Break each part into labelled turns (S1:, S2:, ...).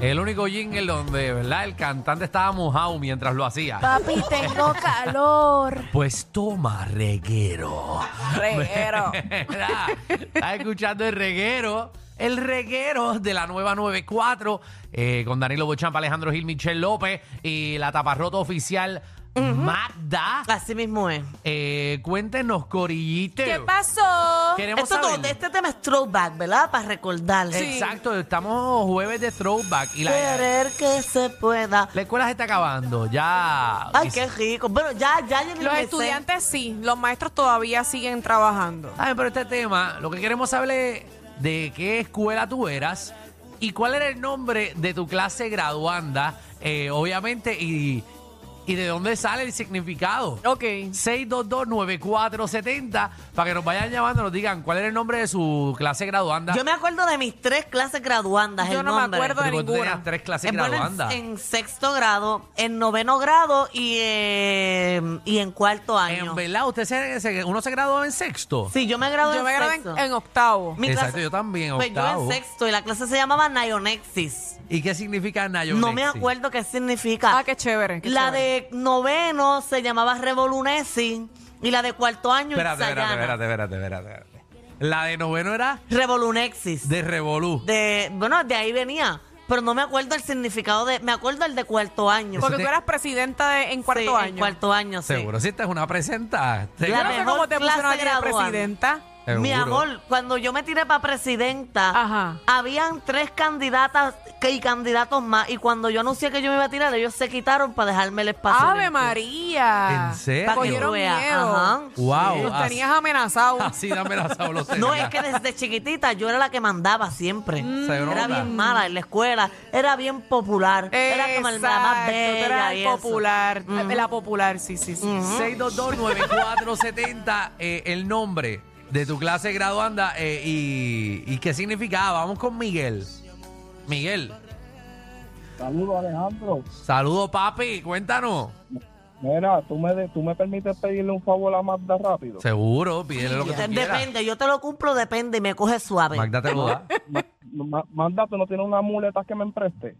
S1: El único jingle donde, ¿verdad? El cantante estaba mojado mientras lo hacía.
S2: Papi, tengo calor.
S1: Pues toma, reguero.
S2: Reguero.
S1: Mira, Estás escuchando el reguero. El reguero de la nueva 94 eh, con Danilo Bochampa, Alejandro Gil, Michel López y la taparrota oficial Magda.
S3: Así mismo es.
S1: Eh, cuéntenos, Corillite.
S2: ¿Qué pasó?
S1: Queremos
S3: Esto
S1: saber.
S3: todo- este tema es throwback, ¿verdad? Para recordarle.
S1: Exacto, estamos jueves de throwback y la,
S3: Querer que se pueda.
S1: la escuela se está acabando. Ya.
S3: Ay, qué rico. Bueno, ya, ya, ya. ni
S4: Los
S3: me sé.
S4: estudiantes sí, los maestros todavía siguen trabajando.
S1: Ay, pero este tema, lo que queremos saber es de qué escuela tú eras y cuál era el nombre de tu clase graduanda, eh, obviamente, y, y de dónde sale el significado.
S4: Ok.
S1: 6229470 para que nos vayan llamando, nos digan cuál era el nombre de su clase graduanda.
S3: Yo me acuerdo de mis tres clases graduandas.
S4: Yo
S3: el
S4: no me
S3: nombre.
S4: acuerdo de
S1: Porque tú tenías
S4: ninguna.
S1: tres clases
S3: Eh, bueno,
S1: graduandas.
S3: en, en sexto grado, en noveno grado y, eh, y en cuarto año.
S1: En verdad, usted se, se- uno se graduó en sexto.
S3: Sí, yo me gradué
S4: Yo
S3: en
S4: me gradué en,
S3: sexto.
S4: en octavo.
S3: Mi
S1: Exacto,
S3: clase-
S1: yo también,
S3: Pues yo en
S1: octavo.
S3: sexto y la clase se llamaba Nionexis.
S1: ¿Y qué significa Nayonexi?
S3: No me acuerdo qué significa.
S4: Ah, qué chévere. qué
S3: La
S4: chévere.
S3: de noveno se llamaba Revolunesi y la de cuarto año
S1: Espérate, espérate,
S3: Ixayana.
S1: espérate, espérate, espérate, espérate. La de noveno era
S3: Revolunexis. De,
S1: de Revolú.
S3: bueno, de ahí venía, pero no me acuerdo el significado de, me acuerdo el de cuarto año.
S1: Eso
S4: Porque
S1: te-
S4: tú eras presidenta de- en cuarto
S3: Sí,
S4: año.
S3: En cuarto año, sí.
S1: Seguro, si esta es una presenta. Te-
S4: Yo
S3: La
S4: no sé
S3: mejor
S4: cómo te
S3: clase
S4: pusieron a ti de
S3: graduada.
S4: presidenta.
S1: Seguro.
S3: Mi amor, cuando yo me tiré para presidenta,
S4: Ajá.
S3: habían tres candidatas que- y candidatos más y cuando yo anuncié que yo me iba a tirar, ellos se quitaron para dejarme el espacio.
S4: Ave
S3: limpio.
S4: María.
S1: ¿En serio?
S3: Para que
S4: Cogieron
S3: vea,
S4: miedo.
S3: ajá.
S1: Wow.
S4: Los
S1: así-
S4: tenías amenazados.
S1: Así de amenazado los
S3: No,
S1: tenía.
S3: es que desde chiquitita yo era la que mandaba siempre.
S4: Mm.
S1: Seguro
S3: Era
S1: mandaba.
S3: bien mala en la escuela, era bien popular, era como el la más
S4: Exacto, tú
S3: bella
S4: eras
S3: y
S4: el
S3: eso.
S4: popular. Eh, La popular, sí, sí, sí.
S1: 6229470, eh, el nombre de tu clase graduanda eh, y, y qué significaba. Vamos con Miguel. Miguel,
S5: Saludos Alejandro.
S1: saludo papi, cuéntanos.
S5: Mira, ¿tú me, de- ¿tú me permites pedirle un favor a Magda rápido?
S1: Seguro, pídele lo que tú quieras.
S3: Depende, yo te lo cumplo, depende y me coge suave.
S1: Magda te lo da.
S5: Ma- Ma- Magda, ¿tú no tienes una muleta que me empreste?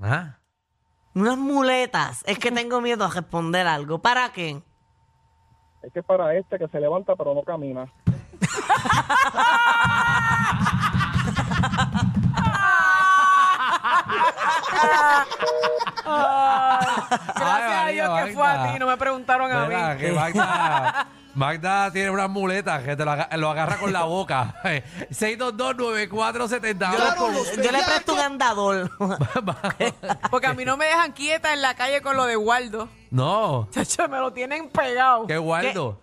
S1: Ajá.
S3: Unas muletas, es que tengo miedo a responder algo. ¿Para qué?
S5: Es que es para este que se levanta pero no camina.
S4: Ah. Gracias a
S1: Ay,
S4: Dios
S1: María,
S4: que fue a
S1: Magda.
S4: ti, no me preguntaron a
S1: Mira,
S4: mí.
S1: que Magda, Magda tiene unas muletas que te lo, aga- lo agarra con la boca. 6229470. Vamos con-
S3: Yo le presto un andador.
S4: Porque a mí no me dejan quieta en la calle con lo de Waldo.
S1: No,
S4: Chacho, me lo tienen pegado.
S1: qué guardo.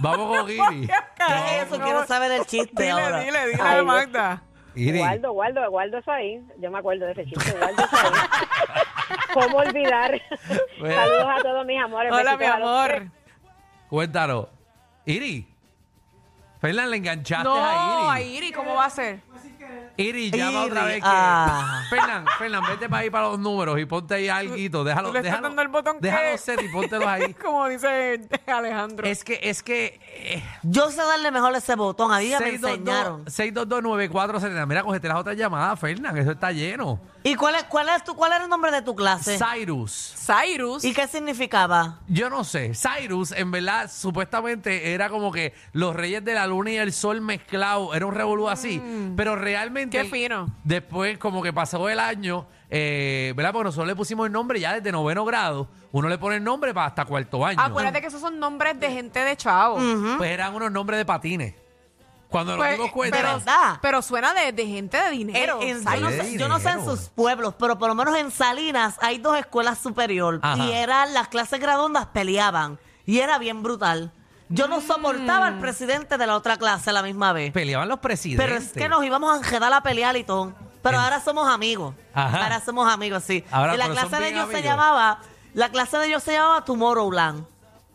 S1: Vamos con Giri.
S3: ¿Qué es eso? Quiero saber el chiste
S4: Dile,
S3: ahora.
S4: dile, dile,
S6: Ay, Dios.
S4: Magda.
S1: Giri.
S6: Guardo, guardo, guardo eso ahí. Yo me acuerdo de ese chiste, guardo eso ahí. ¿Cómo olvidar?
S1: Bueno.
S6: Saludos a todos mis amores.
S4: Hola, mi
S6: besitos a los tres.
S4: amor.
S1: Cuéntanos. Iri. Fernan, le enganchaste
S4: No,
S1: a
S4: a
S1: Iri.
S4: Iri, ¿cómo va a ser?
S1: Iri, llama otra
S3: Iri,
S1: vez. Que...
S3: ah.
S1: Fernan, Fernan, vete para ahí para los números y ponte ahí alguito. Déjalo,
S4: Tú le estás
S1: déjalo,
S4: dando el botón
S1: déjalo
S4: que-
S1: set y póntelos ahí.
S4: Como dice Alejandro.
S1: es que, es que... eh,
S3: Yo sé darle mejor ese botón, a mí ya me
S1: 622
S3: enseñaron.
S1: 6229470. Mira, cogete las otras llamadas, Fernan. Eso está lleno.
S3: ¿Y cuál es, cuál es tu, cuál era el nombre de tu clase?
S1: Cyrus.
S4: Cyrus.
S3: ¿Y qué significaba?
S1: Yo no sé. Cyrus, en verdad,
S3: Mm.
S1: supuestamente era como que los reyes de la luna y el sol mezclados. Era un revolú así. Pero realmente.
S4: Qué fino.
S1: Después, como que pasó el año, eh, ¿verdad? Porque nosotros le pusimos el nombre ya desde noveno grado. Uno le pone el nombre para hasta cuarto año.
S4: Acuérdate que esos son nombres de gente de chavo.
S3: Mm,
S1: Pues eran unos nombres de patines. Cuando nos
S4: Pues,
S1: dimos cuenta.
S3: pero- ¿Verdad?
S4: pero suena de, de gente de dinero.
S3: En- en-
S4: Ay,
S3: yo, no
S1: de
S3: sé, yo no sé en
S1: dinero.
S3: sus pueblos, pero por lo menos en Salinas hay dos escuelas superior
S1: Ajá.
S3: y eran las clases graduandas peleaban y era bien brutal. Yo no soportaba
S1: Mm.
S3: al presidente de la otra clase a la misma vez.
S1: peleaban los presidentes.
S3: Pero es que nos íbamos a enredar a pelear y todo. Pero ahora somos amigos.
S1: Ajá.
S3: Ahora somos amigos, sí.
S1: Ahora,
S3: y la
S1: pero son
S3: clase de
S1: bien
S3: ellos se
S1: amigos.
S3: llamaba, la clase de ellos se llamaba Tomorrowland.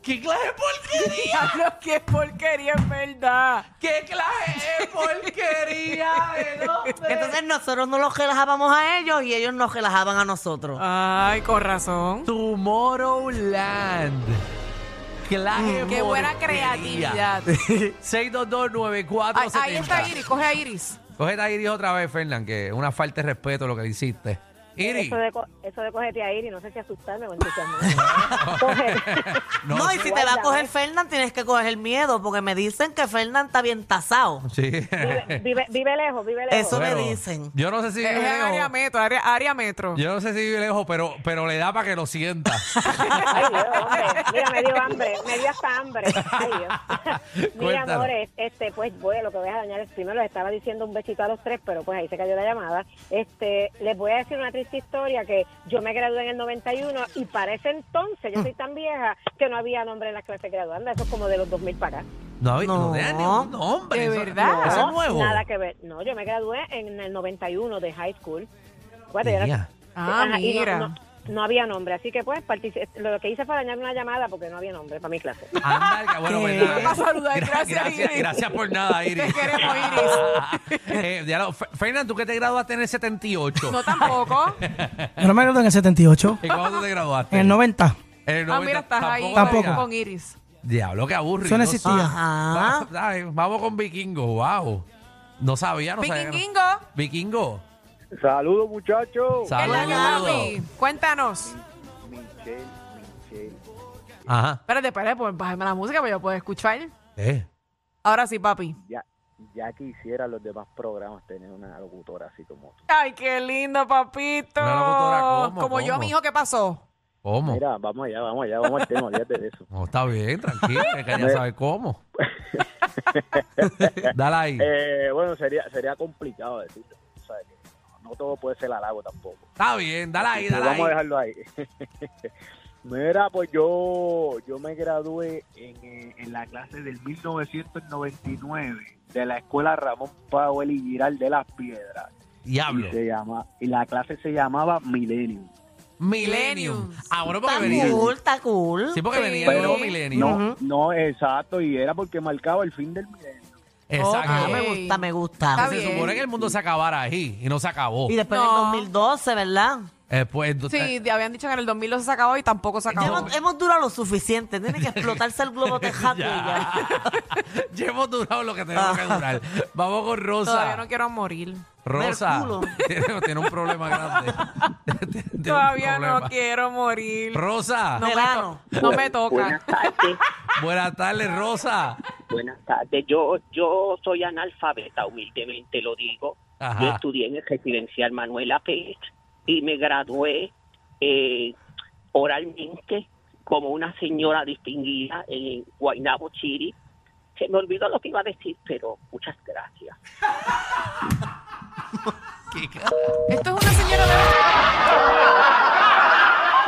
S1: ¿Qué clase de porquería?
S4: diablo, qué porquería, es verdad.
S1: ¿Qué clase de porquería del hombre?
S3: Entonces nosotros no los relajábamos a ellos y ellos nos relajaban a nosotros.
S4: Ay, con razón.
S1: Tomorrowland. Clase
S4: Mm, Qué buena
S1: porquería.
S4: creatividad.
S1: 6229470.
S4: Ay, ahí está Iris, coge a Iris.
S1: Cógete a Iris otra vez, Fernán, que es una falta de respeto lo que le hiciste. Iris.
S6: Eso de, co- eso de cogerte a ir y no sé si asustarme o entusiasmarme. Coger.
S3: No, y si te va a
S6: guárdame.
S3: coger Fernán, tienes que coger el miedo, porque me dicen que Fernán está bien tasado.
S1: Sí.
S6: Vive, vive- vive lejos, vive lejos.
S3: Eso- me
S1: Pero
S3: dicen.
S1: Yo no sé si
S4: Es
S1: vive
S4: en área
S1: lejos.
S4: metro, área, área metro.
S1: Yo no sé si vive lejos, pero, pero le da para que lo sienta.
S6: Ay, Dios, hombre. Mira, me dio hambre, me dio hasta hambre. Ay, Dios. Mira,
S1: Cuéntalo.
S6: amores, este, pues, bueno, lo que voy a dañar es primero les estaba diciendo un besito a los tres, pero pues ahí se cayó la llamada. Este, les voy a decir una triste historia que yo me gradué en el 91 y para ese entonces yo soy tan vieja que no había nombre en las clases graduandas. Eso es como de los 2000 para acá.
S1: No, no, no
S3: No.
S1: tenía ningún nombre.
S4: De
S1: Eso-
S4: verdad.
S1: Eso es nuevo.
S6: Nada que ver. No, yo me gradué en el 91 de high school. Bueno, yo era-
S1: Mira.
S4: Ah,
S6: Ajá, y no-
S4: mira.
S6: No, no había nombre, así que pues partici- lo que hice fue dañar una llamada porque no había nombre para mi clase.
S1: Anda, que- bueno, pues
S3: ¿Qué?
S1: nada,
S4: Para saludar,
S1: gra-
S4: gracias,
S1: gracias,
S4: Iris.
S1: gracias por nada, Iris.
S4: Te queremos,
S1: Iris. eh, ya lo- Fer- Fernan, tú que te graduaste en el 78.
S4: No tampoco. Ah,
S7: Yo no me gradué en el 78,
S1: ¿Y cuándo tú te graduaste?
S7: en el 90.
S1: En el
S4: Ah,
S1: 90.
S4: mira, estás ahí
S1: Tampoco
S7: Tampoco.
S4: con-
S1: había.
S4: con Iris.
S1: Diablo, qué aburrido.
S7: Eso no existía.
S1: Ah,
S3: Ajá.
S4: Ah.
S1: Ay, Vamos con vikingo, wow. No sabía, no sabía.
S4: Piquinguingo,
S1: Vikingo.
S5: Saludos, muchachos.
S4: ¿qué es la que,
S1: Saludos.
S4: mami? Cuéntanos.
S5: Michelle, Michelle.
S1: Ajá.
S4: Espérate, espérate, pues bájame la música para yo poder escuchar.
S1: Eh.
S4: Ahora sí, papi.
S5: Ya, ya quisiera los demás programas tener una locutora así como tú.
S4: Ay, qué lindo, papito.
S1: Una locutora, ¿cómo,
S4: Como yo a
S1: cómo?
S4: mi hijo, ¿qué pasó?
S1: ¿Cómo?
S5: Mira, vamos allá, vamos allá, vamos al tema, olvídate de eso.
S1: No, está bien, tranquilo. que quería saber cómo. Dale ahí.
S5: Eh, bueno, sería sería complicado decirlo. o sea, que no todo puede ser halago tampoco.
S1: Está bien, dale ahí,
S5: Pero
S1: dale
S5: vamos a
S1: ahí.
S5: dejarlo ahí. Mira, pues yo, yo me gradué en, eh, en la clase del 1999 de la escuela Ramón Powell y Giral de las Piedras.
S1: Diablo.
S5: Y, se llama, y la clase se llamaba Millennium.
S1: Millennium. Ah, bueno, porque
S3: Está
S1: venía.
S3: cool, está cool.
S1: Sí, porque
S4: Sí.
S1: venía el nuevo
S4: Pero-
S1: Millennium.
S5: No,
S3: Ujú.
S5: no, exacto, y era porque marcaba el fin del milenio.
S3: Ah,
S1: Exacto.
S3: me
S4: Ey.
S3: gusta, me gusta.
S4: Está
S1: Se
S4: bien.
S1: supone que el mundo se acabara ahí y no se acabó.
S3: Y después
S4: No.
S3: del 2012, ¿verdad?
S1: Después, entonces,
S4: Sí, te habían dicho que en el 2012 se acabó y tampoco se
S3: Ya
S4: acabó.
S3: hemos, hemos durado lo suficiente, tiene que explotarse el globo tejado y ya.
S1: ya hemos durado lo que tenemos que durar. Vamos con Rosa.
S4: Todavía no quiero morir.
S1: Rosa
S3: Merculo.
S1: tiene, tiene un problema grande. Tiene un
S4: Todavía no
S1: problema.
S4: quiero morir.
S1: Rosa,
S4: No me,
S3: Verano.
S4: to- no me toca.
S8: Buenas tardes,
S1: buenas tardes, Rosa.
S8: buenas tardes. Yo, yo soy analfabeta, humildemente lo digo. Yo
S1: Ajá.
S8: estudié en el residencial Manuela Pérez y me gradué eh, oralmente como una señora distinguida en Guaynabo Chiri. Se me olvidó lo que iba a decir, pero muchas gracias.
S1: ¿Qué ca-
S4: Esto es una señora de...